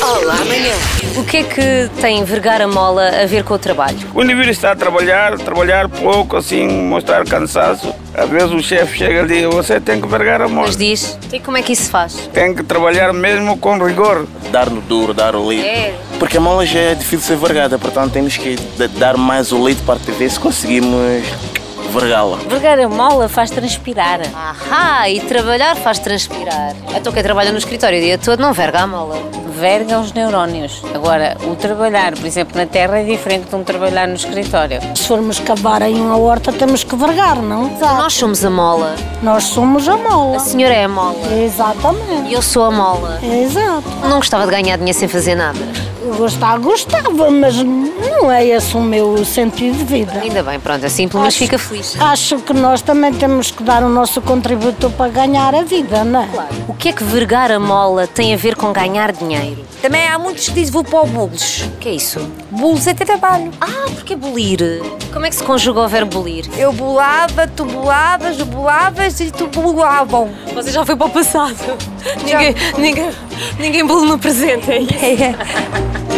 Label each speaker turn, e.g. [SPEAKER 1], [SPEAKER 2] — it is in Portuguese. [SPEAKER 1] Olá, amanhã.
[SPEAKER 2] O que é que tem vergar a mola a ver com o trabalho?
[SPEAKER 3] O indivíduo está a trabalhar, trabalhar pouco, assim, mostrar cansaço. Às vezes o chefe chega e diz, você tem que vergar a mola.
[SPEAKER 2] Mas diz, e como é que isso se faz?
[SPEAKER 3] Tem que trabalhar mesmo com rigor.
[SPEAKER 4] dar no duro, dar o leite.
[SPEAKER 2] É.
[SPEAKER 4] Porque a mola já é difícil de ser vergada, portanto temos que d- dar mais o leite para ver se conseguimos vergá-la.
[SPEAKER 5] Vergar a mola faz transpirar.
[SPEAKER 2] Ahá, e trabalhar faz transpirar. Então quem trabalha no escritório o dia todo não verga a mola.
[SPEAKER 5] Verga os neurónios. Agora, o trabalhar, por exemplo, na terra é diferente de um trabalhar no escritório.
[SPEAKER 6] Se formos cavar em uma horta, temos que vergar, não?
[SPEAKER 2] Nós somos a mola.
[SPEAKER 6] Nós somos a mola.
[SPEAKER 2] A senhora é a mola.
[SPEAKER 6] Exatamente.
[SPEAKER 2] E eu sou a mola.
[SPEAKER 6] Exato.
[SPEAKER 2] Não gostava de ganhar dinheiro sem fazer nada.
[SPEAKER 6] Eu Gostar, gostava, mas não é esse o meu sentido de vida.
[SPEAKER 2] Ainda bem, pronto, assim pelo menos
[SPEAKER 6] Acho-
[SPEAKER 2] fica feliz.
[SPEAKER 6] Acho que nós também temos que dar o nosso contributo para ganhar a vida, não é?
[SPEAKER 2] O que é que vergar a mola tem a ver com ganhar dinheiro?
[SPEAKER 7] Também há muitos que dizem vou para o Bulos.
[SPEAKER 2] O que é isso?
[SPEAKER 7] Bulos é trabalho.
[SPEAKER 2] Ah, porque é bolir. Como é que se conjuga o verbo bolir?
[SPEAKER 7] Eu bolava, tu bolavas, eu bolavas e tu bolavam.
[SPEAKER 2] Você já foi para o passado. Ninguém, ninguém, ninguém bolo no presente, é isso?